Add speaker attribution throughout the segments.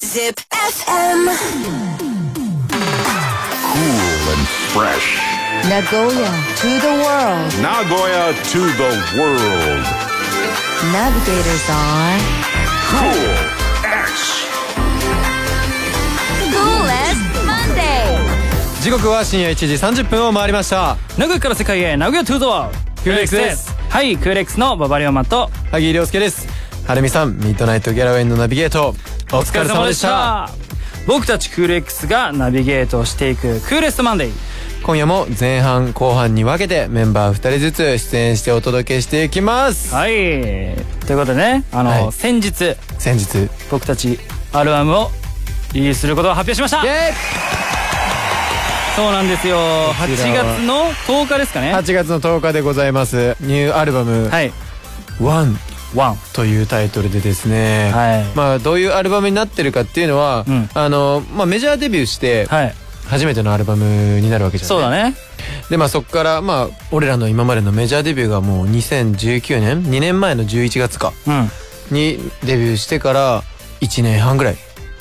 Speaker 1: Zip FM.
Speaker 2: Cool and fresh.
Speaker 1: Nagoya to the world.
Speaker 2: Nagoya to the world.
Speaker 1: Navigators are
Speaker 2: Cool X.
Speaker 1: cool as Monday.
Speaker 3: 時刻は深夜1時30分を回りました
Speaker 4: 名古屋から世界へ名古屋トゥードア
Speaker 3: クーレックスです
Speaker 4: はいクーレックスのババリオマと
Speaker 3: 萩井亮介ですはるみさんミッドナイトギャラウェイのナビゲートお疲れ様でした
Speaker 4: 僕たちクーレックスがナビゲートをしていくクーレストマンデー
Speaker 3: 今夜も前半後半に分けてメンバー2人ずつ出演してお届けしていきます、
Speaker 4: はいということでねあの、
Speaker 3: はい
Speaker 4: 先日
Speaker 3: 先日イエ
Speaker 4: 僕たちアルバムをリリースすることを発表しました
Speaker 3: ー
Speaker 4: そうなんですよ8
Speaker 3: ちらは
Speaker 4: 月の10日ですかね
Speaker 3: イ8月の10日でございますニューアルバム
Speaker 4: はい
Speaker 3: 「ワン
Speaker 4: ワン
Speaker 3: というタイトルでですね、
Speaker 4: はい
Speaker 3: まあどういうアルバムになってるかっていうのは、
Speaker 4: うん
Speaker 3: あのまあ、メジャーデビューして
Speaker 4: はい
Speaker 3: 初めてのアルバムになるわけじゃない
Speaker 4: そうだね
Speaker 3: でまあそこからまあ俺らの今までのメジャーデビューがもう2019年2年前の11月か
Speaker 4: うん
Speaker 3: にデビューしてから1年半ぐらい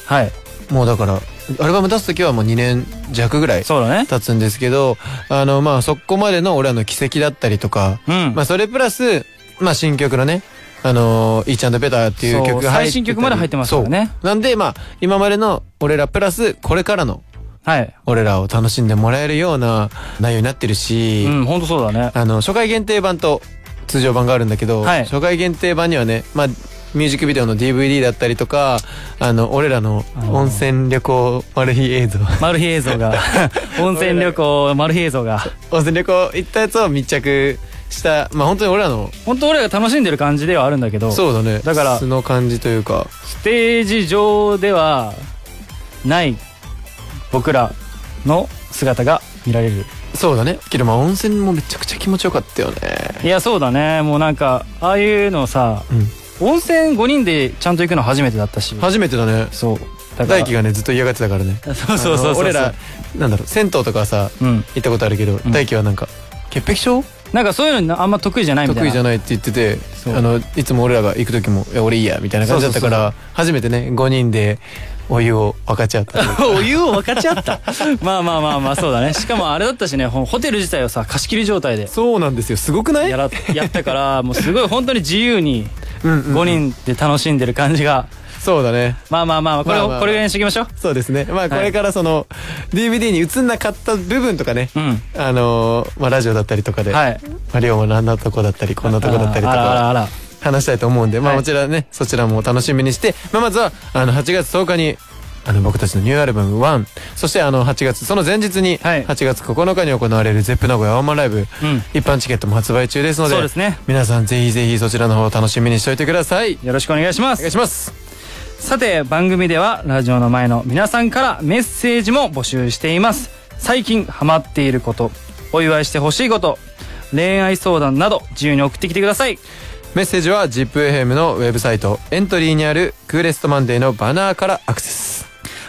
Speaker 4: はい
Speaker 3: もうだからアルバム出す時はもう2年弱ぐらい
Speaker 4: そうだね
Speaker 3: 経つんですけどあのまあそこまでの俺らの軌跡だったりとか、
Speaker 4: うん
Speaker 3: まあそれプラスまあ新曲のねあのー「イーチャンドベター」っていう曲
Speaker 4: そ
Speaker 3: が入
Speaker 4: う
Speaker 3: ってたり
Speaker 4: 最新曲まで入ってますからね
Speaker 3: そうなんでまあ今までの俺らプラスこれからの
Speaker 4: はい
Speaker 3: 俺らを楽しんでもらえるような内容になってるし、
Speaker 4: うんほんとそうだね
Speaker 3: あの初回限定版と通常版があるんだけど、
Speaker 4: はい
Speaker 3: 初回限定版にはね、まあ、ミュージックビデオの DVD だったりとかあの俺らの温泉旅行マル秘映像
Speaker 4: マル秘映像が温泉旅行マル秘映像が
Speaker 3: 温泉旅行行ったやつを密着したまあ本当に俺らの
Speaker 4: 本当俺が楽しんでる感じではあるんだけど
Speaker 3: そうだね
Speaker 4: だから
Speaker 3: 素の感じというか
Speaker 4: ステージ上ではない僕らの姿が見られる
Speaker 3: そうだねけどまあ温泉もめちゃくちゃ気持ちよかったよね
Speaker 4: いやそうだねもうなんかああいうのさ
Speaker 3: うん
Speaker 4: 温泉5人でちゃんと行くの初めてだったし
Speaker 3: 初めてだね
Speaker 4: そうだ
Speaker 3: 大輝がねずっと嫌がってたからね
Speaker 4: そうそうそうそう
Speaker 3: あの俺らなんだろう銭湯とかはさ
Speaker 4: うん
Speaker 3: 行ったことあるけど、
Speaker 4: ん
Speaker 3: 大輝はなんか潔癖症
Speaker 4: なんかそういうのなあんま得意じゃないみた
Speaker 3: 得
Speaker 4: いな
Speaker 3: 意じゃないって言ってて
Speaker 4: そう
Speaker 3: あのいつも俺らが行く時も「いや俺いいや」みたいな感じだったから初めてね5人でお湯を分かち合った
Speaker 4: お湯を分かち合った まあまあまあまあそうだねしかもあれだったしねほホテル自体をさ貸し切り状態で
Speaker 3: そうなんですよすごくない
Speaker 4: やらやった からもうすごい本当に自由に
Speaker 3: うんうん
Speaker 4: 5人で楽しんでる感じが
Speaker 3: そうだね
Speaker 4: まあまあまあこれ
Speaker 3: まあまあまあ
Speaker 4: これぐらいにしておきましょう
Speaker 3: そうですねまあこれからその DVD に映んなかった部分とかね
Speaker 4: うん
Speaker 3: あのーまあラジオだったりとかで
Speaker 4: は
Speaker 3: ま
Speaker 4: い
Speaker 3: あ量もあんなとこだったりこんなとこだったりと
Speaker 4: あらあらあ
Speaker 3: から話したいと思うんでまあ
Speaker 4: はい
Speaker 3: こちらねそちらも楽しみにしてまあまずはあの8月10日にあの僕たちのニューアルバム「ワンそしてあの8月その前日に
Speaker 4: はい
Speaker 3: 8月9日に行われる「ゼップ名古屋ワンマンライブ
Speaker 4: うん」
Speaker 3: 一般チケットも発売中ですので
Speaker 4: そうですね
Speaker 3: 皆さんぜひぜひそちらの方を楽しみにしておいてください
Speaker 4: よろしくお願いしま
Speaker 3: お願い
Speaker 4: す
Speaker 3: します
Speaker 4: さて番組ではラジオの前の皆さんからメッセージも募集しています最近ハマっていることお祝いしてほしいこと恋愛相談など自由に送ってきてください
Speaker 3: メッセージは ZIPFM のウェブサイトエントリーにある「クーレストマンデー」のバナーからアクセス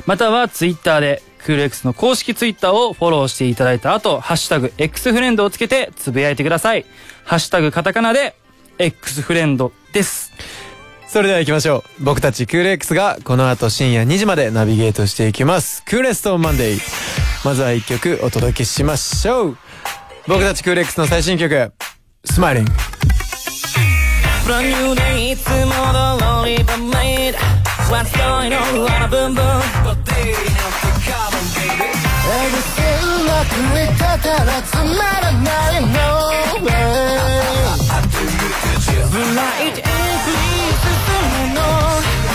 Speaker 4: またはツイッターでクール X の公式ツイッターをフォローしていただいた後、ハッシュタグ X フレンドをつけてつぶやいてください。ハッシュタグカタカナで X フレンドです。
Speaker 3: それでは行きましょう僕たちクール X がこの後深夜2時までナビゲートしていきますクーレストマンデーまずは1曲お届けしましょう僕たちクール X の最新曲「スマイリング
Speaker 5: Brand new day いつも通り But made What's going on? What a boom boom But they have to come and get it ブライトエンクリー進むの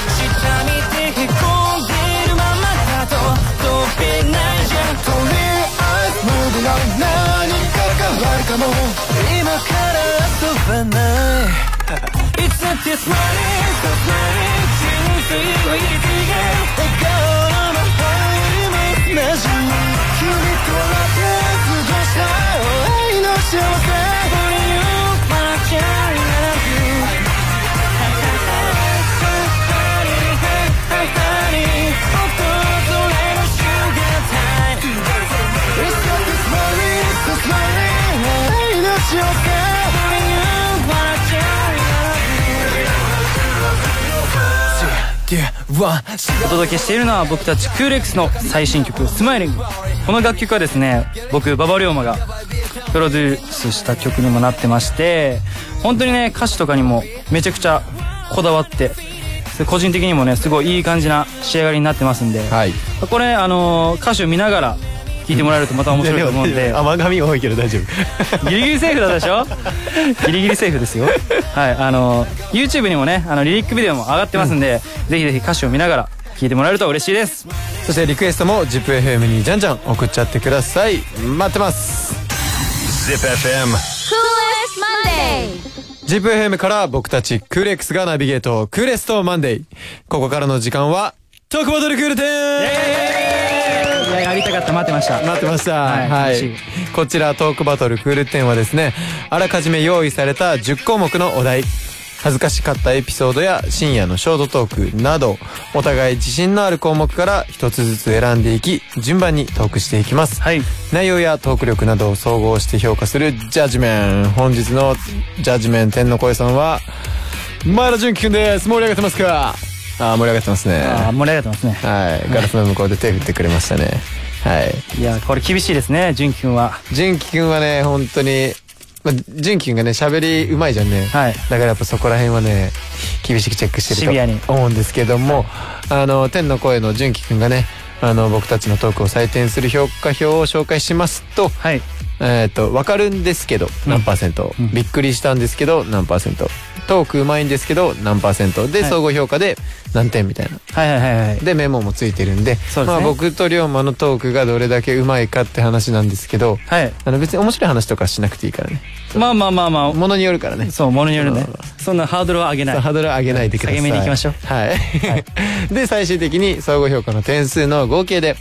Speaker 5: 下見てへこんでるままだと飛べないじゃんとりあえず無理な何か変わるかも今から遊ばない It's not this morning, so morning 人生は一時間笑顔の範囲もなし君とだけ過ごした愛の幸せ For you, my child, I love you
Speaker 6: 「君とだけ過ごした愛の幸せ」「For you, my child, I love you」「君とだけ過ごした愛の幸せ」「For you, my child, I love you」
Speaker 3: わ
Speaker 4: お届けしているのは僕たちクーレックスの最新曲「スマイリングこの楽曲はですね僕馬場龍馬がプロデュースした曲にもなってまして本当にね歌詞とかにもめちゃくちゃこだわって個人的にもねすごいいい感じな仕上がりになってますんで、
Speaker 3: はい
Speaker 4: これあのー歌詞を見ながら聴いてもらえるとまた面白いと思うんで
Speaker 3: 甘髪多いけど大丈夫
Speaker 4: ギリギリセーフだったでし ょギリギリセーフですよはいあの YouTube にもねあのリリックビデオも上がってますんで、ぜひぜひ歌詞を見ながら聴いてもらえると嬉しいです
Speaker 3: そしてリクエストも ZIPFM にじゃんじゃん送っちゃってください待ってます
Speaker 2: Zip FM.
Speaker 1: Coolest Monday.
Speaker 3: ZIPFM から僕たちクーレックスがナビゲートクーレストマンデーここからの時間はトークバトルクール展
Speaker 4: いややりたかった待ってました
Speaker 3: 待ってましたは、
Speaker 4: はいい楽し
Speaker 3: こちらトークバトルクール展はですねあらかじめ用意された10項目のお題恥ずかしかったエピソードや深夜のショートトークなどお互い自信のある項目から一つずつ選んでいき順番にトークしていきます、
Speaker 4: はい
Speaker 3: 内容やトーク力などを総合して評価するジャッジメン本日のジャッジメン天の声さんは前田純喜くんです盛り上がってますかあー盛り上がってますね
Speaker 4: あー盛り上がってますね
Speaker 3: はいガラスの向こうで手振ってくれましたねはい
Speaker 4: いやこれ厳しいですね純喜君は
Speaker 3: 純喜くんはね本当にまあ純喜くんがね喋りうまいじゃんね、
Speaker 4: はい
Speaker 3: だからやっぱそこら辺はね厳しくチェックして
Speaker 4: シビア
Speaker 3: る
Speaker 4: に
Speaker 3: と思うんですけども、あの天の声の純喜くんがねあの僕たちのトークを採点する評価表を紹介しますと,、
Speaker 4: はい
Speaker 3: えー、と分かるんですけど何パーセント、びっくりしたんですけど何パーセントトークうまいんですけど何パーセントで、
Speaker 4: はい
Speaker 3: 総合評価で何点みたいな
Speaker 4: はいはいはいはい
Speaker 3: でメモもついてるんで
Speaker 4: うですね
Speaker 3: まあ、僕と龍馬のトークがどれだけうまいかって話なんですけど、
Speaker 4: はい
Speaker 3: あの別に面白い話とかしなくていいからね。
Speaker 4: まあまあまあまあ
Speaker 3: ものによるからね。
Speaker 4: そうものによるねそんなハードルは上げない
Speaker 3: ハードル上げないでください。
Speaker 4: 下げめに行きましょう
Speaker 3: はい。で、最終的に総合評価の点数の合計で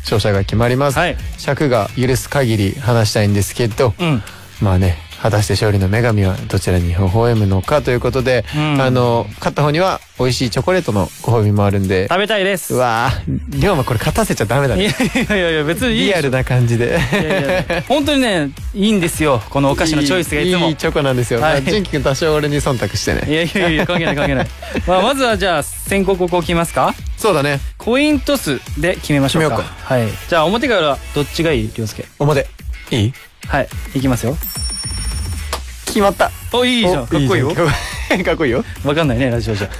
Speaker 3: 勝者が決まります。
Speaker 4: はい
Speaker 3: 尺が許す限り話したいんですけど、
Speaker 4: うん
Speaker 3: まあね、果たして勝利の女神はどちらに微笑むのかということで、
Speaker 4: うん
Speaker 3: あの、勝った方には美味しいチョコレートのご褒美もあるんで、
Speaker 4: 食べたいです
Speaker 3: うわぁ、龍馬これ勝たせちゃダメだ
Speaker 4: い
Speaker 3: ね。
Speaker 4: やいやいやいや別にいい
Speaker 3: リアルな感じで。
Speaker 4: いやいや本当にねいいんですよこのお菓子のチョイスがいつも
Speaker 3: いいチョコなんですよ。
Speaker 4: はい
Speaker 3: まあ純喜君多少俺に忖度して
Speaker 4: い
Speaker 3: ね。
Speaker 4: やいやいや関係ない関係 ない、まあ、まずはじゃあ先行後攻決めますか
Speaker 3: そうだね。
Speaker 4: コイントスで決めましょうか
Speaker 3: 決めよ
Speaker 4: はいじゃあ表から裏どっちがいい涼介
Speaker 3: 表。いい
Speaker 4: はいいきますよ
Speaker 3: 決まった。
Speaker 4: おいいじゃんかっこいいよ
Speaker 3: かっこいい かっこいいよ。
Speaker 4: わかんないねラジオ じゃ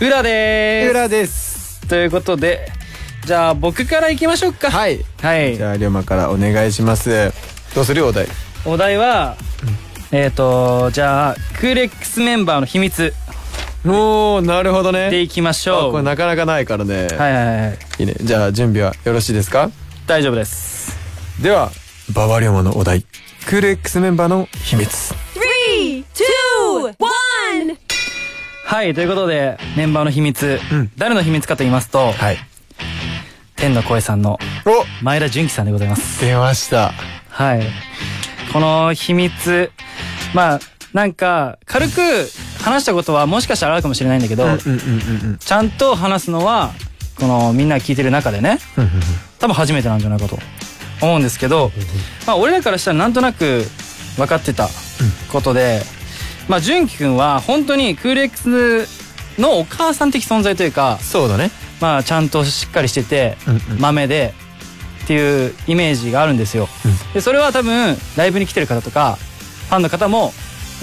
Speaker 4: 裏でーす
Speaker 3: 裏です。
Speaker 4: ということでじゃあ僕からいきましょうかい、
Speaker 3: はい。
Speaker 4: はい
Speaker 3: じゃあ、龍馬からお願いします。どうするお題。
Speaker 4: お題はえっ、ー、とじゃあクーレックスメンバーの秘密
Speaker 3: おー、なるほどね。
Speaker 4: でいきまし
Speaker 3: あ
Speaker 4: ょう
Speaker 3: これなかなかないからね。
Speaker 4: はいはいはい
Speaker 3: い。いね。じゃあ、準備はよろしいですか
Speaker 4: 大丈夫です
Speaker 3: では、ババ龍馬のお題。クール X メンバーの秘密。
Speaker 1: Three, two, one.
Speaker 4: はいということでメンバーの秘密、
Speaker 3: うん
Speaker 4: 誰の秘密かと言いますと、
Speaker 3: はい。
Speaker 4: 天の声さんの
Speaker 3: お
Speaker 4: 前田純喜さんでございます
Speaker 3: 出ました。
Speaker 4: はいこの秘密まあなんか軽く話したことはもしかしたらあるかもしれないんだけど、
Speaker 3: うんうんうん
Speaker 4: ちゃんと話すのはこのみんな聞いてる中でね
Speaker 3: うん。
Speaker 4: 多分初めてなんじゃないかと思うんですけど、まあ、俺らからしたらなんとなく分かってたことで、まあ純喜くんは本当にクール X のお母さん的存在というか、
Speaker 3: そうだね。
Speaker 4: まあ、ちゃんとしっかりしてて、
Speaker 3: うんうん
Speaker 4: 豆でっていうイメージがあるんですよ、
Speaker 3: うん
Speaker 4: でそれは多分ライブに来てる方とかファンの方も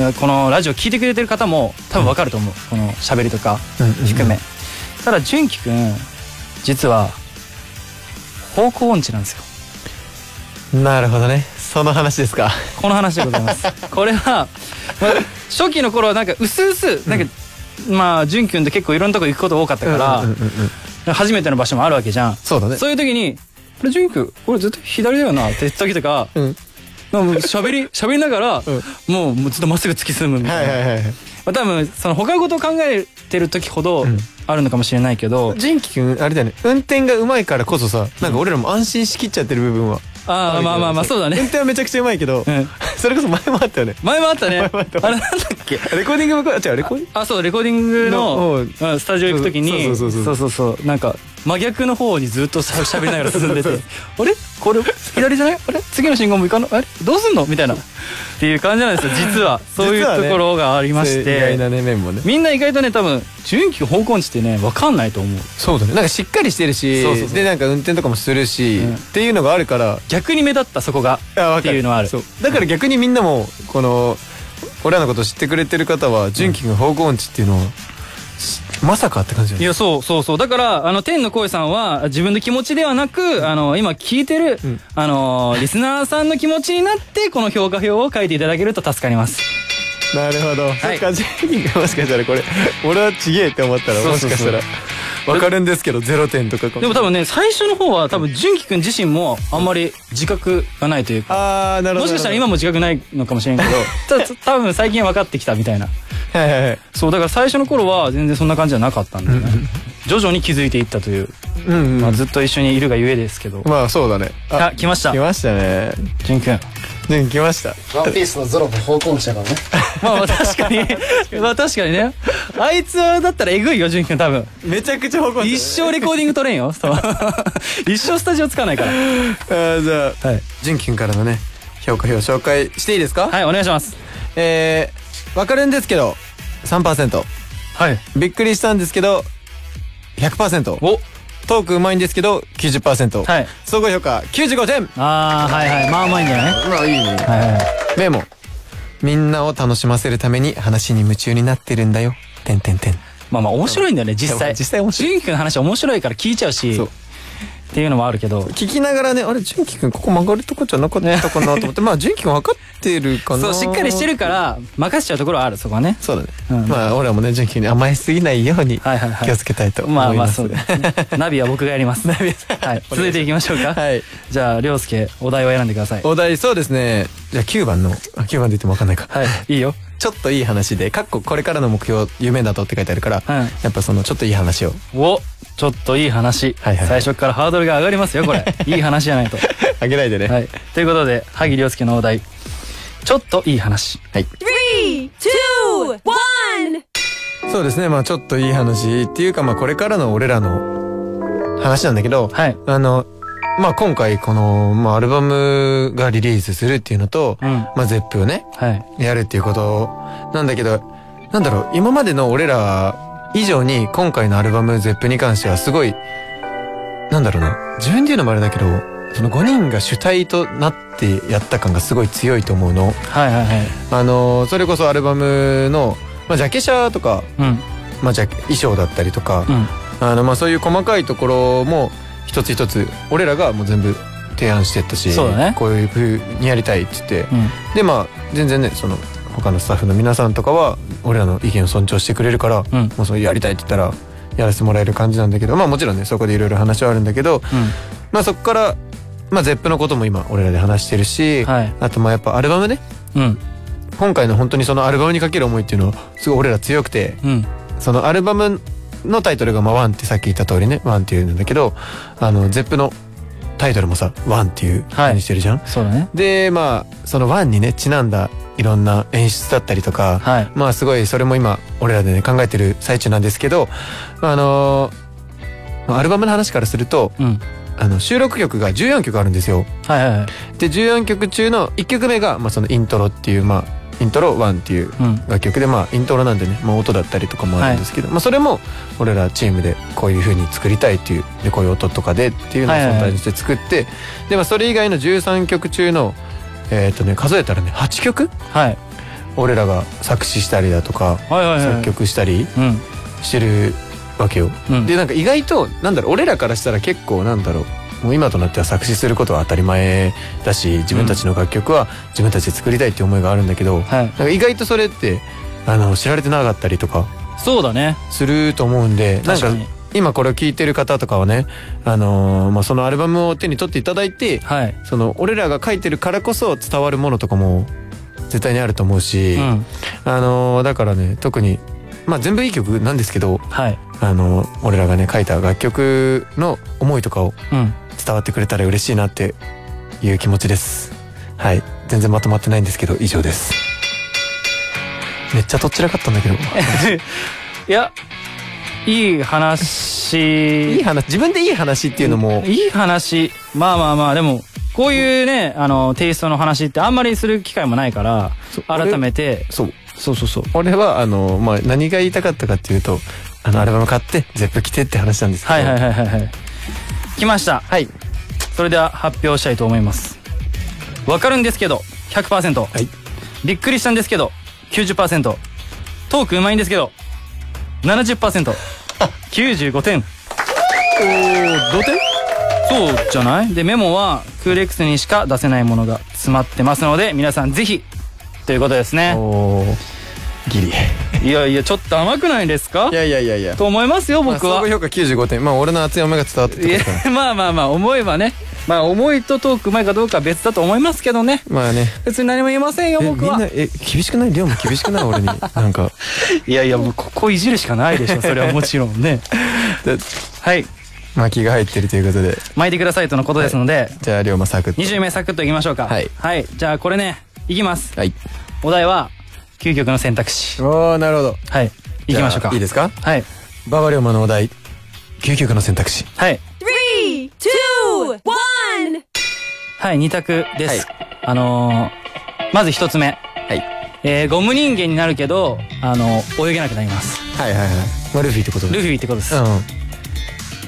Speaker 4: うんこのラジオ聞いてくれてる方も多分わかると思う、この喋りとか
Speaker 3: うんうんうん
Speaker 4: 含め、ただ純喜くん実は方向音痴なんですよ
Speaker 3: なるほどね。その話ですか。
Speaker 4: この話でござ いますこれは、まあ初期の頃はなんか薄々なんか、まあ純喜くんと結構いろんなとこ行くこと多かったから、
Speaker 3: うんうんうんうん
Speaker 4: 初めての場所もあるわけじゃん
Speaker 3: そうだね。
Speaker 4: そういう時に「これジュンクこれずっと左だよな」って言った時とか
Speaker 3: うん。
Speaker 4: なんかもう喋り喋りながら、もうもうずっとまっすぐ突き進むみ
Speaker 3: は
Speaker 4: たい
Speaker 3: い
Speaker 4: な、
Speaker 3: はいはい。
Speaker 4: まあ、多分その他のことを考えてる時ほど
Speaker 3: ん
Speaker 4: あるのかもしれないけど、
Speaker 3: 仁く君、あれだよね。運転がうまいからこそさ、なんか俺らも安心しきっちゃってる部分は。
Speaker 4: ああまあまあまあそうだ
Speaker 3: 運
Speaker 4: ね
Speaker 3: 転はめちゃくちゃうまいけど
Speaker 4: うん、
Speaker 3: それこそ前もあったよね
Speaker 4: 前もあったねあれなんだっけ
Speaker 3: レコーディングもあ違うレコーディング
Speaker 4: あそうレコーディング
Speaker 3: の
Speaker 4: の
Speaker 3: お
Speaker 4: う
Speaker 3: うん
Speaker 4: スタジオ行く時に
Speaker 3: そうそうそうそう
Speaker 4: そうそうなんか真逆の方にずっとしゃしゃべりながら進んでてあれこれ左じゃないあれ次の信号も行かないあれどうすんのみたいなっていう感じなんですよ実はそういう
Speaker 3: 実はね
Speaker 4: ところがありまし
Speaker 3: そういう意
Speaker 4: て、
Speaker 3: 外なね面もね
Speaker 4: みんな意外とね多分準期方向値ってね分かんないと思う
Speaker 3: そうだねなんかしっかりしてるし
Speaker 4: そうそうそう
Speaker 3: でなんか運転とかもするし、
Speaker 4: うん
Speaker 3: っていうのがあるから
Speaker 4: 逆に目立ったそこが
Speaker 3: あわ
Speaker 4: っ
Speaker 3: か
Speaker 4: ていうのはある
Speaker 3: そうだから逆にみんなもこの俺らのこと知ってくれてる方は純喜君方向音痴っていうのをしまさかって感じだ
Speaker 4: い
Speaker 3: よね
Speaker 4: やそうそうそうだからあの天の声さんは自分の気持ちではなくあの今聞いてる、
Speaker 3: ん
Speaker 4: あのリスナーさんの気持ちになってこの評価表を書いていただけると助かります
Speaker 3: なるほど、
Speaker 4: い
Speaker 3: そっか純喜君もしかしたらこれ俺はちげえって思ったら
Speaker 4: そう
Speaker 3: もし
Speaker 4: そう
Speaker 3: かし
Speaker 4: そう
Speaker 3: たら分かるんですけどゼロ点とかか
Speaker 4: でも多分ね最初の方は多分純喜くん自身もあんまり自覚がないというか
Speaker 3: ああなるほど
Speaker 4: もしかしたら今も自覚ないのかもしれんけ どた多分最近分かってきたみたいな
Speaker 3: はいはいはい
Speaker 4: そうだから最初の頃は全然そんな感じじゃなかったんで、ね、徐々に気づいていったという、
Speaker 3: うん、うん、ま
Speaker 4: まあ、ずっと一緒にいるがゆえですけど、
Speaker 3: あそうだね
Speaker 4: あ来ました
Speaker 3: 来ましたね
Speaker 4: 純くん
Speaker 3: 純喜来ました
Speaker 6: ワンピースのゾロも方向音痴だからね。
Speaker 4: まあまあ確かにまあ確かにねあいつだったらえぐいよ純くん多分
Speaker 3: めちゃくちゃ方向
Speaker 4: 一生レコーディング取れんよそう 一生スタジオつかないから
Speaker 3: あーじゃあ、
Speaker 4: はい
Speaker 3: 純喜君からのね評価表を紹介していいですか、
Speaker 4: はいお願いします
Speaker 3: えー、分かるんですけど3%
Speaker 4: はい
Speaker 3: びっくりしたんですけど100%
Speaker 4: お
Speaker 3: トークうまいんですけど90%、
Speaker 4: はい
Speaker 3: 総合評価95点
Speaker 4: ああはいはいまあまあいいんじゃない
Speaker 6: まあいいね。
Speaker 4: はいはいはい
Speaker 3: メモみんなを楽しませるために話に夢中になってるんだよてんてんてん
Speaker 4: まあまあ面白いんだよね実
Speaker 3: いや
Speaker 4: 際
Speaker 3: 実際面白い
Speaker 4: 純喜くんの話面白いから聞いちゃうし
Speaker 3: そう
Speaker 4: っていうのもあるけど
Speaker 3: 聞きながらねあれ純喜君ここ曲がるとこじゃなかったかなと思って まあ純喜君分かってるかな
Speaker 4: そうしっかりしてるから任せちゃうところはあるそこはね
Speaker 3: そうだね、
Speaker 4: うん
Speaker 3: まあ俺らもね純喜君に甘えすぎないように
Speaker 4: はいはいはい
Speaker 3: 気をつけたいと思いま、
Speaker 4: ますあまあそうです ねナビは僕がやりますナビはい続いていきましょうか
Speaker 3: はい
Speaker 4: じゃあ涼介お題を選んでください
Speaker 3: お題そうですねじゃあ9番のあ9番で言っても分かんないか
Speaker 4: はいいいよ
Speaker 3: ちょっといい話で、かっここれからの目標、夢などって書いてあるから、
Speaker 4: うん
Speaker 3: やっぱそのちょっといい話を
Speaker 4: おちょっといい話、
Speaker 3: はいはい
Speaker 4: 最初からハードルが上がりますよ これいい話じゃないと、は
Speaker 3: あげないでね。
Speaker 4: い、ということで萩涼介のお題ちょっといい話
Speaker 3: はい。
Speaker 1: Three, two, one.
Speaker 3: そうですね、まあちょっといい話っていうか、まあこれからの俺らの話なんだけど、
Speaker 4: はい
Speaker 3: あの、まあ今回この、まあアルバムがリリースするっていうのと、
Speaker 4: うん
Speaker 3: まあゼップをね、
Speaker 4: はい
Speaker 3: やるっていうことなんだけど、なんだろう、今までの俺ら以上に今回のアルバム ZEP に関してはすごい、なんだろうな、自分で言うのもあれだけど、その5人が主体となってやった感がすごい強いと思うの。
Speaker 4: はいはいはい
Speaker 3: あの、それこそアルバムの、まあ、ジャケ写とか、
Speaker 4: うん
Speaker 3: まあ、ジャケ衣装だったりとか、
Speaker 4: うん
Speaker 3: あの、まあ、そういう細かいところも一つ一つ、俺らがもう全部提案してったし、
Speaker 4: そうだね
Speaker 3: こういう風にやりたいって言って、
Speaker 4: うん
Speaker 3: でまあ全然ねその他のスタッフの皆さんとかは俺らの意見を尊重してくれるから、
Speaker 4: ん
Speaker 3: もうそれやりたいって言ったらやらせてもらえる感じなんだけどまあもちろんねそこでいろいろ話はあるんだけど、まあそこから、まあ、ゼップのことも今俺らで話してるし、
Speaker 4: はい
Speaker 3: あとまあやっぱアルバムね
Speaker 4: うんうん
Speaker 3: 今回の本当にそのアルバムにかける思いっていうのはすごい俺ら強くて
Speaker 4: うん
Speaker 3: そのアルバムのタイトルが「まあ、ワンってさっき言った通りね「ワンっていうんだけどあのゼップのタイトルもさ「ワンっていう
Speaker 4: はい
Speaker 3: 感じしてるじゃん、
Speaker 4: そうだね
Speaker 3: でまあそのワンにねちなんだいろんな演出だったりとか、
Speaker 4: はい
Speaker 3: まあすごいそれも今俺らでね考えてる最中なんですけどあのーアルバムの話からすると
Speaker 4: うん
Speaker 3: あの収録曲が14曲あるんですよ。
Speaker 4: はいはいはい
Speaker 3: で14曲中の1曲目が、まあ、そのイントロっていうまあイントロ1っていう
Speaker 4: うん
Speaker 3: 楽曲で、まあイントロなんでね、まあ、音だったりとかもあるんですけど、まあそれも俺らチームでこういう風に作りたいっていうでこういう音とかでっていうのを
Speaker 4: はいはいはい
Speaker 3: 存在にして作って、で、まあ、それ以外の13曲中のえっ、とね数えたらね8曲
Speaker 4: はい
Speaker 3: 俺らが作詞したりだとか、
Speaker 4: はいはいはい
Speaker 3: 作曲したり
Speaker 4: うん
Speaker 3: してるわけよ。
Speaker 4: うん
Speaker 3: でなんか意外となんだろう俺らからしたら結構なんだろうもう今となっては作詞することは当たり前だし自分たちの楽曲は自分たちで作りたいって思いがあるんだけど、
Speaker 4: はい
Speaker 3: なんか意外とそれってあの知られてなかったりとか
Speaker 4: そうだね
Speaker 3: すると思うんでなん
Speaker 4: 確か
Speaker 3: か
Speaker 4: に
Speaker 3: 今これを聴いてる方とかはね、あのーまあ、そのアルバムを手に取っていただいて
Speaker 4: はい
Speaker 3: その俺らが書いてるからこそ伝わるものとかも絶対にあると思うし、
Speaker 4: うん
Speaker 3: あのーだからね特に、まあ、全部いい曲なんですけど、
Speaker 4: はい
Speaker 3: あのー俺らがね書いた楽曲の思いとかを
Speaker 4: うん
Speaker 3: 伝わってくれたら嬉しいなっていう気持ちです。はい、全然まとまってないんですけど以上ですめっちゃとっちらかったんだ けど
Speaker 4: いやいい話
Speaker 3: いい話自分でいい話っていうのも
Speaker 4: いい話まあまあまあでもこういうねあのテイストの話ってあんまりする機会もないから
Speaker 3: そう
Speaker 4: 改めて
Speaker 3: そう
Speaker 4: そうそうそう
Speaker 3: 俺はあの、まあ、何が言いたかったかっていうとあのアルバム買ってゼップ着てって話なんですけど、
Speaker 4: はいはいはいはいはい来ましたはいそれでは発表したいと思いますわかるんですけど100%、はいびっくりしたんですけど90%トークうまいんですけど 70%95 点
Speaker 3: 同点
Speaker 4: そうじゃないでメモはクール X にしか出せないものが詰まってますので皆さんぜひということですね
Speaker 3: おーギリい
Speaker 4: いやいやちょっと甘くないですか
Speaker 3: やいやいや いや
Speaker 4: と思いますよ僕
Speaker 3: 僕は
Speaker 4: は
Speaker 3: 総合評価95点まあ俺の熱い思いが伝わってってことかない
Speaker 4: やまあまあまあ思えばねまあ思いとトークうまいかどうかは別だと思いますけどね
Speaker 3: まあね
Speaker 4: 別に何も言えませんよ
Speaker 3: えみん
Speaker 4: 僕
Speaker 3: な
Speaker 4: は
Speaker 3: え厳しくない量も厳しくない 俺になんか
Speaker 4: いやいやもうここいじるしかないでしょそれはもちろ んね
Speaker 3: で
Speaker 4: はい
Speaker 3: 巻きが入ってるということで
Speaker 4: 巻いてくださいとのことですので、
Speaker 3: じゃあ龍馬サクッと
Speaker 4: 20名サクッといきましょうか
Speaker 3: はい
Speaker 4: はい、じゃあこれねいきます
Speaker 3: はい
Speaker 4: お題は究極の選択肢
Speaker 3: おーなるほど
Speaker 4: はいいきましょう
Speaker 3: じ
Speaker 4: か
Speaker 3: ゃあいいですか
Speaker 4: はい
Speaker 3: 馬場龍馬のお題究極の選択肢
Speaker 4: はい
Speaker 1: Three, two, one.
Speaker 4: はい2択です、あのー、まず1つ目
Speaker 3: はい
Speaker 4: えー、ゴム人間になるけど、あの泳げなくなります
Speaker 3: はいはいはいまあルフィってことで
Speaker 4: ルフィってことです、
Speaker 3: うん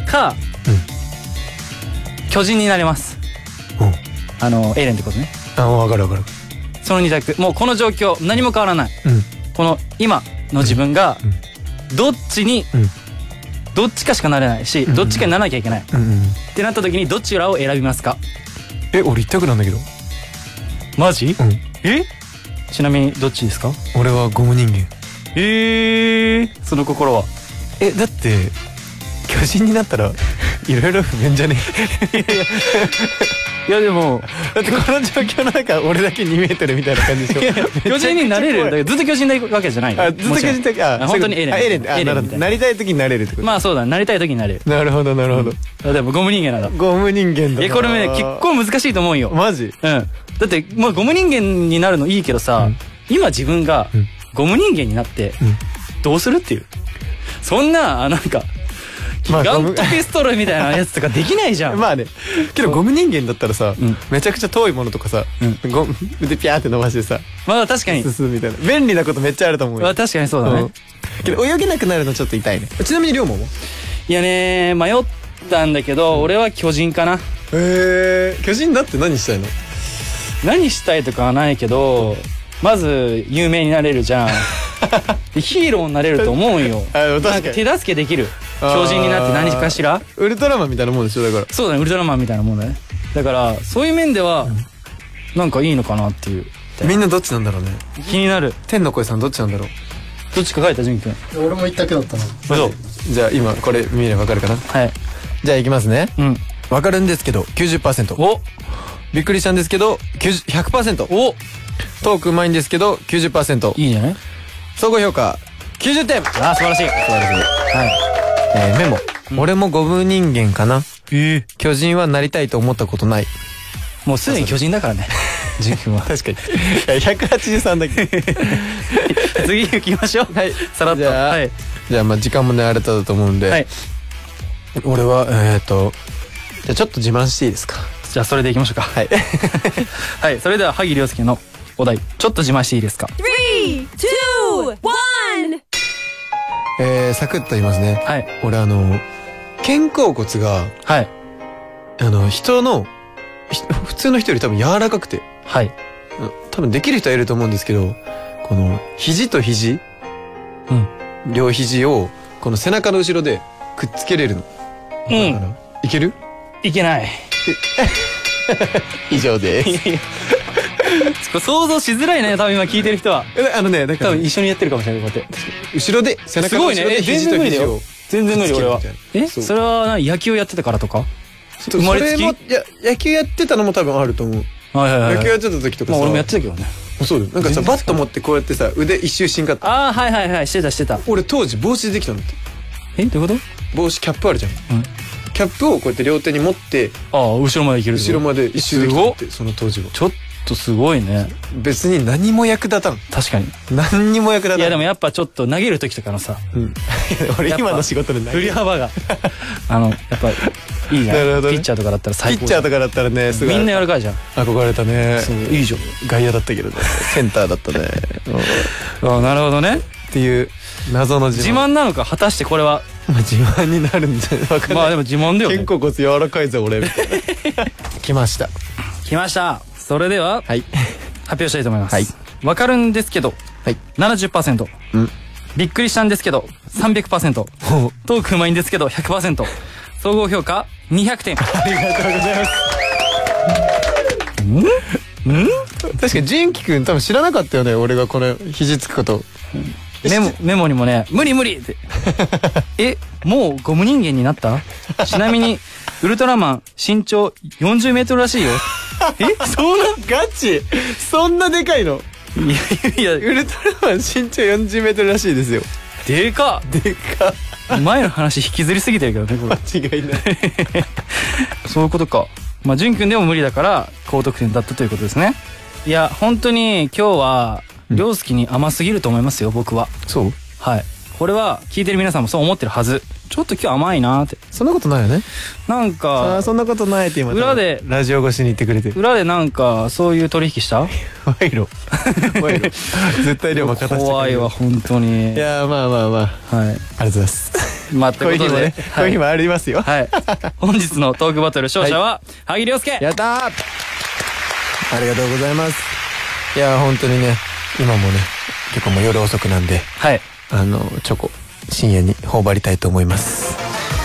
Speaker 4: か、巨人になれます
Speaker 3: うん
Speaker 4: あのエレンってことね
Speaker 3: あ分かる分かる
Speaker 4: その2択もうこの状況何も変わらない
Speaker 3: うん
Speaker 4: この今の自分がどっちに、
Speaker 3: うん
Speaker 4: どっちかしかなれないし、どっちかにならなきゃいけない、っ
Speaker 3: うんうん
Speaker 4: てなった時にどちらを選びますか
Speaker 3: え俺一択なんだけど
Speaker 4: マジ、
Speaker 3: うん
Speaker 4: えちなみにどっちですか
Speaker 3: 俺はゴム人間
Speaker 4: えー、その心は
Speaker 3: えだって巨人になったらいろいろ不便じゃね
Speaker 4: いやでも
Speaker 3: だってこの状況の中俺だけ2メートルみたいな感じでしょ
Speaker 4: 巨人になれるだ
Speaker 3: めちゃくちゃ怖
Speaker 4: けどずっと巨人なわけじゃないよ
Speaker 3: あずっと
Speaker 4: も
Speaker 3: 巨
Speaker 4: ちろん
Speaker 3: 人的あ
Speaker 4: あ本当にエレン
Speaker 3: あエレンあ
Speaker 4: エレ
Speaker 3: な
Speaker 4: ン
Speaker 3: る
Speaker 4: み
Speaker 3: ほど
Speaker 4: たいな
Speaker 3: なりたい時になれるってこと
Speaker 4: まあそうだなりたい時になれる
Speaker 3: なるほどなるほど
Speaker 4: あでもゴム人間なんだ
Speaker 3: ゴム人間だな
Speaker 4: えこれね結構難しいと思うよ
Speaker 3: マジ
Speaker 4: うん。だって、まあ、ゴム人間になるのいいけどさ、今自分が
Speaker 3: ん
Speaker 4: ゴム人間になって、どうするっていう。そんな、あなんか、ギ
Speaker 3: まあ
Speaker 4: ガント
Speaker 3: ゴム
Speaker 4: ピストルみたいなやつとかできないじゃ ん。
Speaker 3: まあねけどゴム人間だったらさ
Speaker 4: ん
Speaker 3: めちゃくちゃ遠いものとかさ
Speaker 4: う
Speaker 3: ゴムでピャーって伸ばしてさ
Speaker 4: まあ、確かに。
Speaker 3: 進むみたいな便利なことめっちゃあると思う
Speaker 4: ま
Speaker 3: よ
Speaker 4: あ、確かにそうだね。
Speaker 3: うんけど泳げなくなるのちょっと痛いねちなみに龍馬も
Speaker 4: いやね、迷ったんだけど、俺は巨人かな。
Speaker 3: へえ巨人だって何したいの
Speaker 4: 何したいとかはないけど、まず、有名になれ るじゃん。でヒーローになれると思うよ。
Speaker 3: あでも確かに
Speaker 4: 手助けできる。
Speaker 3: あー
Speaker 4: 巨人になって何かしら
Speaker 3: ウルトラマンみたいなもんでしょだから
Speaker 4: そうだねウルトラマンみたいなもんだねだからそういう面ではなんかいいのかなっていう
Speaker 3: みんなどっちなんだろうね
Speaker 4: 気になる
Speaker 3: 天の声さんどっちなんだろう
Speaker 4: どっちか書いた純くん
Speaker 6: 俺も一択だったな
Speaker 4: そう
Speaker 3: じゃあ今これ見ればわかるかな
Speaker 4: はい
Speaker 3: じゃあいきますね
Speaker 4: うん
Speaker 3: わかるんですけど90%
Speaker 4: お
Speaker 3: びっくりしたんですけど90 100%
Speaker 4: お
Speaker 3: トークうまいんですけど90%
Speaker 4: いいんじゃない
Speaker 3: 総合評価90点素
Speaker 4: あー素晴らしい
Speaker 3: 晴らしい、はいえーメモ、俺もゴム人間かな
Speaker 4: ええ
Speaker 3: 巨人はなりたいと思ったことない
Speaker 4: もうすでに巨人だか らね純くんは
Speaker 3: 確かに183だけ
Speaker 4: 次行きましょう
Speaker 3: はい
Speaker 4: さらっと
Speaker 3: じゃあ
Speaker 4: はい
Speaker 3: じゃあまあ時間もねあれただと思うんで、
Speaker 4: はい
Speaker 3: 俺はえっ、とじゃあちょっと自慢していいですか
Speaker 4: じゃあそれで行きましょうかはい はいそれでは萩亮介のお題ちょっと自慢していいですか
Speaker 1: Three, two, one.
Speaker 3: えー、サクッと言いますね
Speaker 4: はい
Speaker 3: 俺あの肩甲骨が
Speaker 4: はい
Speaker 3: あの人のひ普通の人より多分柔らかくて
Speaker 4: はい
Speaker 3: 多分できる人はいると思うんですけどこの肘と肘、両肘をこの背中の後ろでくっつけれるの、
Speaker 4: うん
Speaker 3: だからいける
Speaker 4: いけない
Speaker 3: 以上です
Speaker 4: これ想像しづらいね多分今聞いてる人は
Speaker 3: えあのねなん
Speaker 4: 多
Speaker 3: か
Speaker 4: 分一緒にやってるかもしれないこうやって
Speaker 3: 後ろで背中
Speaker 4: す
Speaker 3: の
Speaker 4: ごい
Speaker 3: 後
Speaker 4: ね
Speaker 3: ろで
Speaker 4: え全
Speaker 3: 肘
Speaker 4: 然
Speaker 3: と
Speaker 4: 無理だ
Speaker 3: 肘
Speaker 4: よ
Speaker 3: を
Speaker 4: 全然無理俺は
Speaker 3: くっつけるみたいな
Speaker 4: え
Speaker 3: そう
Speaker 4: それは何野球やってたからとか
Speaker 3: そ
Speaker 4: 生まれつき
Speaker 3: そもいや野球やってたのも多分あると思う
Speaker 4: はいはい
Speaker 3: 野球やってた時とか
Speaker 4: ま
Speaker 3: さ
Speaker 4: あ俺もやってたけどね
Speaker 3: そうだよなんかさバット持ってこうやってさ腕一周しんかった
Speaker 4: ああはいはいはいしてたしてた
Speaker 3: 俺当時帽子でできたんだって
Speaker 4: えどういうこ
Speaker 3: 帽子キャップあるじゃん、
Speaker 4: うん
Speaker 3: キャップをこうやって両手に持って
Speaker 4: とああ後ろまで行ける
Speaker 3: 後ろまで一周できたってその当時は
Speaker 4: ちょっとすごいね
Speaker 3: 別に何も役立たん
Speaker 4: 確かに
Speaker 3: 何にも役立たん
Speaker 4: いやでもやっぱちょっと投げる時とかのさ
Speaker 3: うん、俺
Speaker 4: やっぱ
Speaker 3: 今の仕事で ない
Speaker 4: 振り幅が あのやっぱいいじゃん
Speaker 3: なるほどね
Speaker 4: ピッチャーとかだったら
Speaker 3: ピ
Speaker 4: 最
Speaker 3: ッ
Speaker 4: 高
Speaker 3: チ
Speaker 4: じ
Speaker 3: ャー
Speaker 4: ゃん
Speaker 3: とかだったらねすごい
Speaker 4: みんな柔らかいじゃん
Speaker 3: 憧れたね
Speaker 4: そういいじゃん
Speaker 3: 外野だったけどねセンターだったねうんっ
Speaker 4: あなるほどね
Speaker 3: ていう謎の自
Speaker 4: 自
Speaker 3: 慢
Speaker 4: 慢なのか果たしてこれは
Speaker 3: まあ自慢になるんじゃないわかん
Speaker 4: ま
Speaker 3: な
Speaker 4: あ
Speaker 3: い
Speaker 4: でも自慢だよね
Speaker 3: 肩甲骨柔らかいぞ俺みたいな 来ました
Speaker 4: 来ましたそれでは
Speaker 3: はい
Speaker 4: 発表したいと思います
Speaker 3: はい
Speaker 4: わかるんですけど、
Speaker 3: はい
Speaker 4: 70%、
Speaker 3: うん
Speaker 4: びっくりしたんですけど300%
Speaker 3: ほう
Speaker 4: トークうまいんですけど100%総合評価200点
Speaker 3: ありがとうございますんん確か純喜くん多分知らなかったよね俺がこの肘つくこと
Speaker 4: メモメモにもね「無理無理!」ってえもうゴム人間になったちなみにウルトラマン身長40メートルらしいよ
Speaker 3: え そんなガチそんなでかいの
Speaker 4: いやい
Speaker 3: ウルトラマン身長4 0ルらしいですよ
Speaker 4: でか
Speaker 3: でか
Speaker 4: っ前の話引きずりすぎてるけどねこ
Speaker 3: 間違いない
Speaker 4: れそういうことかまあ潤くんでも無理だから高得点だったということですねいや本当に今日は涼介に甘すぎると思いますよ僕は
Speaker 3: そう
Speaker 4: はいこれは聞いてる皆さんもそう思ってるはずちょっと今日甘いなーって
Speaker 3: そんなことないよね
Speaker 4: なん
Speaker 3: ああ
Speaker 4: か
Speaker 3: ーそんなことないって今
Speaker 4: 裏で
Speaker 3: ラジオ越しに言ってくれてる
Speaker 4: 裏でなんかそういう取引した
Speaker 3: 賄 賂賄賂絶対量任せてくれる
Speaker 4: 怖いわ本当に
Speaker 3: いやーまあまあまあ
Speaker 4: はい
Speaker 3: ありがとうございます
Speaker 4: まあと
Speaker 3: こうい
Speaker 4: いう
Speaker 3: 日
Speaker 4: うこと
Speaker 3: も
Speaker 4: で
Speaker 3: ねこう
Speaker 4: は
Speaker 3: いう
Speaker 4: い
Speaker 3: 日もありますよ
Speaker 4: はい本日のトークバトル勝者は萩涼介
Speaker 3: やったーありがとうございますいやー本当にね今もね結構もう夜遅くなんで
Speaker 4: はい
Speaker 3: あのチョコ深夜に頬張りたいと思います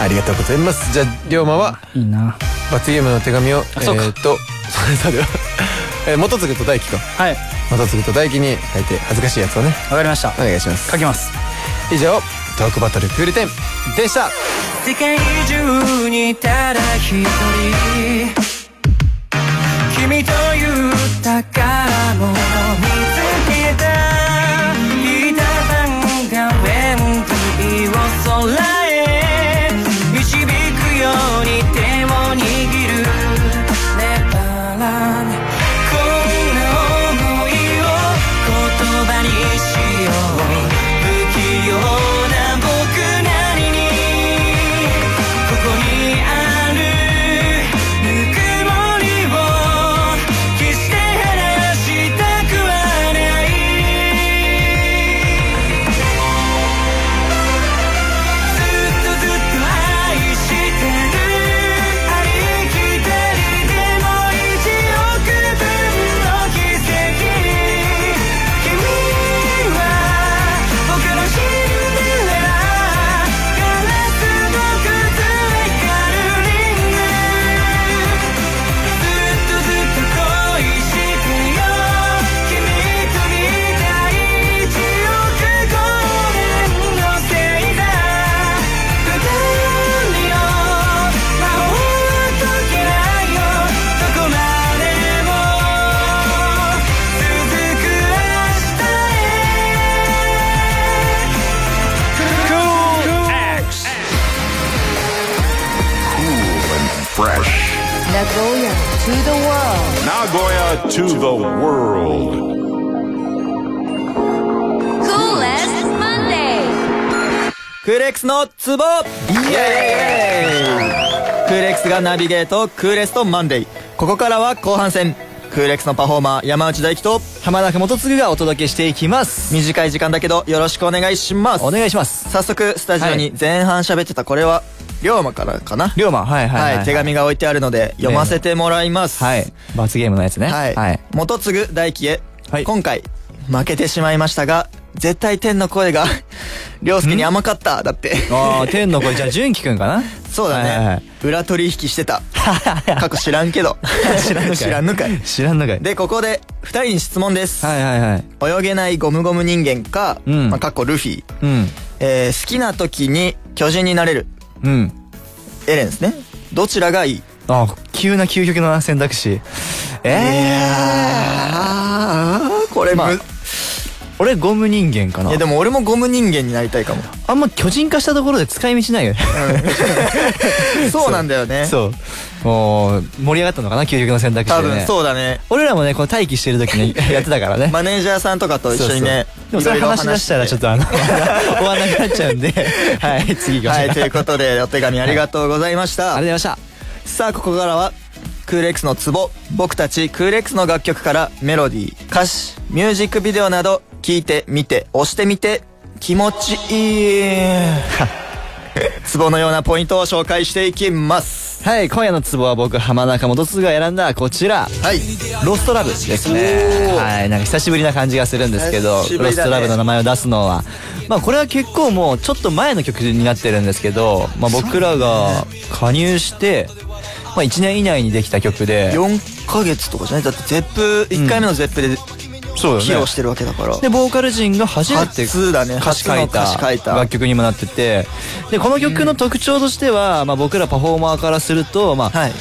Speaker 3: ありがとうございますじゃあ龍馬はい
Speaker 4: いな
Speaker 3: 罰ゲームの手紙をえ
Speaker 4: そうか
Speaker 3: ーっと それぞれはえー元次と大輝か
Speaker 4: はいわ
Speaker 3: 元次と大輝に書いて恥ずかしいやつをね
Speaker 4: かりました
Speaker 3: お願いします
Speaker 4: 書きます
Speaker 3: 以上トークバトルクール10でした
Speaker 5: 世界中にただ一人君という宝物を見つけたいた番が遠いを空へ導くように手を握るねばらんこんな想いを言葉にしよう不器用な僕なりにここにあるぬくもりを決して離したくはないずっとずっと愛してるありきたりでも一億分の奇跡君は僕のシンデレラガラスの崩れ光るリングずっとずっと恋してよ君と見た未来一億光年の星座二人を魔法と嫌いをどこまでも続く明日へ
Speaker 2: Nagoya to the world.
Speaker 1: Cool as Monday.
Speaker 7: クーレックスのツボイエーイクーレックスがナビゲートクーレストマンデーここからは後半戦クーレックスのパフォーマー山内大輝と浜中元次がお届けしていきます短い時間だけどよろしくお願いします
Speaker 8: お願いします。
Speaker 7: 早速スタジオに前半喋ってたこれは龍馬からかな
Speaker 8: 龍馬、はいはい、
Speaker 7: はい手紙が置いてあるので読ませてもらいます
Speaker 8: はい。罰ゲームのやつね。
Speaker 7: はい、
Speaker 8: はい。
Speaker 7: 元次大輝へ、
Speaker 8: はい
Speaker 7: 今回負けてしまいましたが絶対天の声が涼介に甘かっただって
Speaker 8: ああ、天の声、じゃあ、純喜くんかな
Speaker 7: そうだね、
Speaker 8: はいはいはい
Speaker 7: 裏取引して た過去知らんけど知らんのかい知らんのかい
Speaker 8: 知らんのかい。
Speaker 7: でここで2人に質問です、
Speaker 8: はいはいはい。
Speaker 7: 泳げないゴムゴム人間か、
Speaker 8: うん
Speaker 7: まあ、過去ルフィ、
Speaker 8: うん。
Speaker 7: えー好きな時に巨人になれる
Speaker 8: うん。
Speaker 7: エレンですねどちらがいい
Speaker 8: あ急な究極の選択肢。ええ
Speaker 7: ああこれまあい
Speaker 8: 俺、ゴム人間かな。
Speaker 7: やでも俺もゴム人間になりたいかも
Speaker 8: あんま巨人化したところで使い道ないよね。
Speaker 7: そうなんだよね
Speaker 8: そう。
Speaker 3: もう盛り上がったのかな究極の選択肢
Speaker 7: 多
Speaker 3: で、ね、
Speaker 7: 分そうだね
Speaker 3: 俺らもねこの待機してる時に やってたからね
Speaker 7: マネージャーさんとかと一緒にね
Speaker 3: そうそうでもそれ
Speaker 7: いろいろ
Speaker 3: 話し出したらちょっとあの 終わんなくなっちゃ うんではい次行きましょ
Speaker 7: は
Speaker 3: う、
Speaker 7: いということでお手紙ありがとうございました、
Speaker 3: ありがとうございました
Speaker 7: さあここからはクーレックスのツボ僕たちクーレックスの楽曲からメロディー歌詞ミュージックビデオなど聴いてみて押してみて気持ちいいツボのようなポイントを紹介していきます
Speaker 3: はい、今夜のツボは僕、浜中元嗣が選んだこちら。
Speaker 7: はい
Speaker 3: ロストラブですね。はい、なんか久しぶりな感じがするんですけど、
Speaker 7: 久しぶ
Speaker 3: ロ
Speaker 7: り
Speaker 3: ス
Speaker 7: だね
Speaker 3: トラブの名前を出すのは。まあこれは結構もうちょっと前の曲になってるんですけど、まあ僕らが加入して、まあ1年以内にできた曲で。
Speaker 7: 4ヶ月とかじゃないだってゼップ1回目のゼップで
Speaker 3: そう
Speaker 7: 披露してるわけだから、
Speaker 3: でボーカル陣が初めて
Speaker 7: 初だね
Speaker 3: 歌詞書いた
Speaker 7: 初の歌詞書いた
Speaker 3: 楽曲にもなっててでこの曲の特徴としては、まあ、僕らパフォーマーからすると、まあ
Speaker 7: はい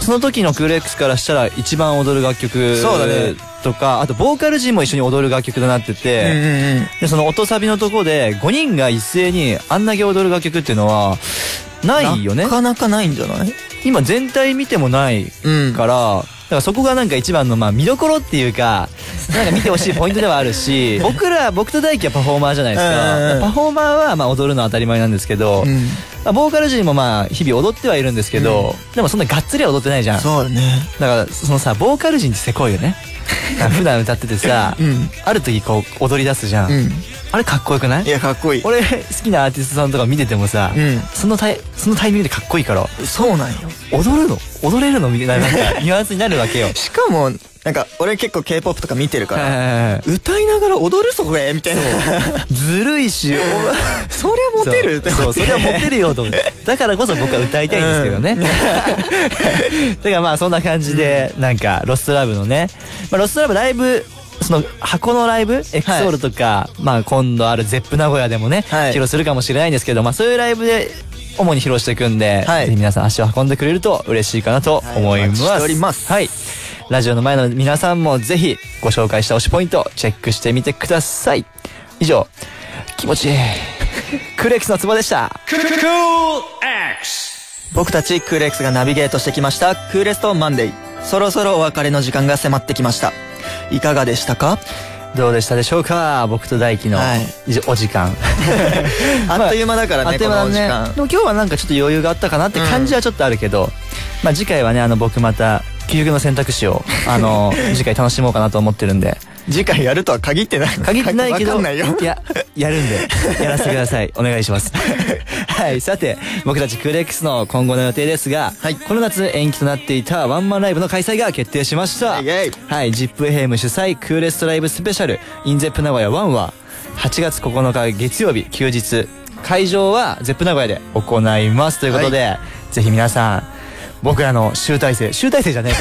Speaker 3: その時のクール X からしたら一番踊る楽曲
Speaker 7: そうだね
Speaker 3: とかあとボーカル陣も一緒に踊る楽曲となってて、
Speaker 7: うんうん
Speaker 3: でその音サビのとこで5人が一斉にあんだけ踊る楽曲っていうのはないよね
Speaker 7: なかなかないんじゃない
Speaker 3: 今全体見てもない
Speaker 7: うん
Speaker 3: から、だからそこがなんか一番のまあ見どころっていうか、なんか見てほしいポイントではあるし、僕ら、僕と大輝はパフォーマーじゃないです
Speaker 7: うんうんう
Speaker 3: か。
Speaker 7: ん
Speaker 3: パフォーマーはまあ踊るのは当たり前なんですけど、
Speaker 7: ん
Speaker 3: まあボーカル陣もまあ日々踊ってはいるんですけど、でもそんながっつりは踊ってないじゃん。だ
Speaker 7: そうだね
Speaker 3: からそのさ、ボーカル陣ってせこいよね。 普段歌っててさ、
Speaker 7: ん
Speaker 3: ある時こう踊り出すじゃん。
Speaker 7: うん
Speaker 3: あれかっこよくない
Speaker 7: いやかっこいい
Speaker 3: 俺好きなアーティストさんとか見ててもさ、
Speaker 7: うん
Speaker 3: そのタイそのタイミングでかっこいいから、
Speaker 7: そうなんよ
Speaker 3: 踊るの 踊れるのみたいななんかニュアンスになるわ けよ
Speaker 7: しかもなんか俺結構 K-POP とか見てるから
Speaker 3: え
Speaker 7: 歌いながら踊るそれみたいな
Speaker 3: ーずるいしお
Speaker 7: それモテる
Speaker 3: そうそうそれはモテるよと 思ってだからこそ僕は歌いたいんですけどね、 だからまあそんな感じで、なんかロストラブのね、まあ、ロストラブライブその箱のライブ、エクソールとか、まあ今度あるゼップ名古屋でもね、
Speaker 7: はい
Speaker 3: 披露するかもしれないんですけど、まあそういうライブで主に披露していくんで、
Speaker 7: はい
Speaker 3: ぜひ皆さん足を運んでくれると嬉しいかなと思います。
Speaker 7: はいお待ちしております
Speaker 3: はい。ラジオの前の皆さんもぜひご紹介した推しポイントをチェックしてみてください。以上、気持ちい い。クレックスのツボでした。
Speaker 7: 僕たちクーレックスがナビゲートしてきましたクーレストマンデーそろそろお別れの時間が迫ってきましたいかがでしたか
Speaker 3: どうでしたでしょうか僕と大輝の、
Speaker 7: はい
Speaker 3: 以上お時間。
Speaker 7: あっという間だからね、
Speaker 3: あっという間
Speaker 7: この時
Speaker 3: だ
Speaker 7: 間
Speaker 3: ね。でも今日はなんかちょっと余裕があったかなって感じはちょっとあるけど、まあ次回はね、あの僕また、究極の選択肢を、あ の、次回楽しもうかなと思ってるんで。
Speaker 7: 次回やるとは限ってない
Speaker 3: 限ってないけど、
Speaker 7: わかんな いよ
Speaker 3: や、やるんで、やらせてくだ さい。お願いします。はい、さて、僕たちクーレックスの今後の予定ですが、この夏延期となっていたワンマンライブの開催が決定しました。
Speaker 7: イエイ
Speaker 3: はい、ジップヘム主催クーレストライブスペシャル、インゼップ名古屋1は、8月9日月曜日休日、会場はゼップ名古屋で行います。ということで、ぜひ皆さん、僕らの集大成、集大成じゃね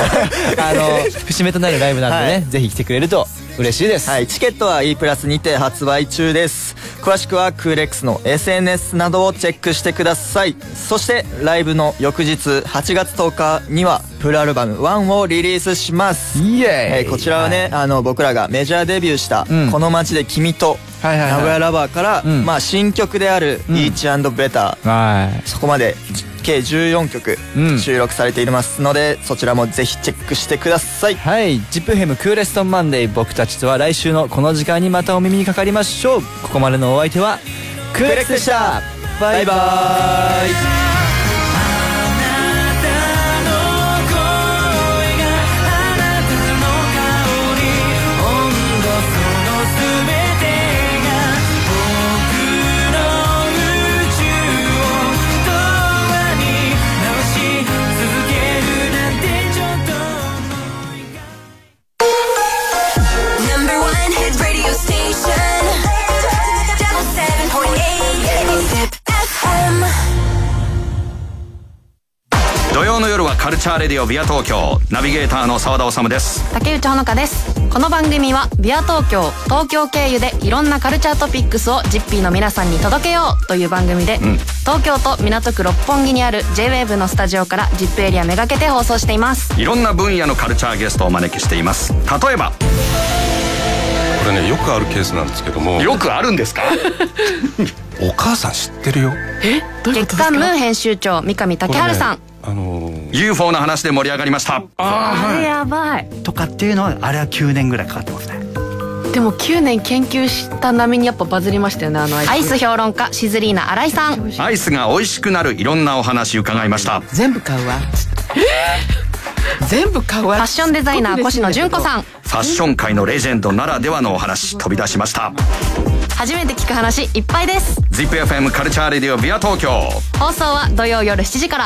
Speaker 3: え か。あの、節目となるライブなんでね、
Speaker 7: はい
Speaker 3: ぜひ来てくれると嬉しいです。
Speaker 7: はい、チケットは E プラスにて発売中です。詳しくはクーレックスの SNS などをチェックしてください。そして、ライブの翌日8月10日には、フルアルバム1をリリースします。
Speaker 3: イエーイ
Speaker 7: えーこちらはね、あの、僕らがメジャーデビューした、
Speaker 3: うん
Speaker 7: この街で君と、
Speaker 3: はいはいはい
Speaker 7: 名古屋ラバーから、
Speaker 3: ん
Speaker 7: まあ、新曲である、Each and Better、
Speaker 3: は
Speaker 7: そこまで計14曲
Speaker 3: うん
Speaker 7: 収録されていますので、そちらもぜひチェックしてください
Speaker 3: い。はい、ジップヘムクーレストンマンデー僕たちとは来週のこの時間にまたお耳にかかりましょうここまでのお相手はクーレックスでしたバイバイ
Speaker 4: 土曜の夜はカルチャーレディオビア東京ナビゲーターの澤田治です
Speaker 9: 竹内ほのかですこの番組はビア東京東京経由でいろんなカルチャートピックスをジッピーの皆さんに届けようという番組で、東京都港区六本木にある JWAVE のスタジオからジップエリアめがけて放送しています
Speaker 4: いろんな分野のカルチャーゲストをお招きしています例えば
Speaker 10: これねよくあるケースなんですけども
Speaker 4: よくあるんですか
Speaker 10: お母さん知ってるよ
Speaker 9: 月刊ムー編集長三上竹春さん、
Speaker 10: こ UFO の話で盛り上がりました
Speaker 9: あれやばい
Speaker 11: とかっていうのはあれは9年ぐらいかかってますね
Speaker 9: でも9年研究した波にやっぱバズりましたよねあのアイスアイス評論家シズリーナ新井さん
Speaker 10: アイスが美味しくなるいろんなお話伺いました
Speaker 12: 全部買うわ全部買うわ
Speaker 9: ファッションデザイナー越野純子さん
Speaker 10: ファッション界のレジェンドならではのお話飛び出しました
Speaker 9: 初めて聞く話いっぱいです
Speaker 10: ZIPFM カルチャーレディオビア東京
Speaker 9: 放送は土曜夜7時から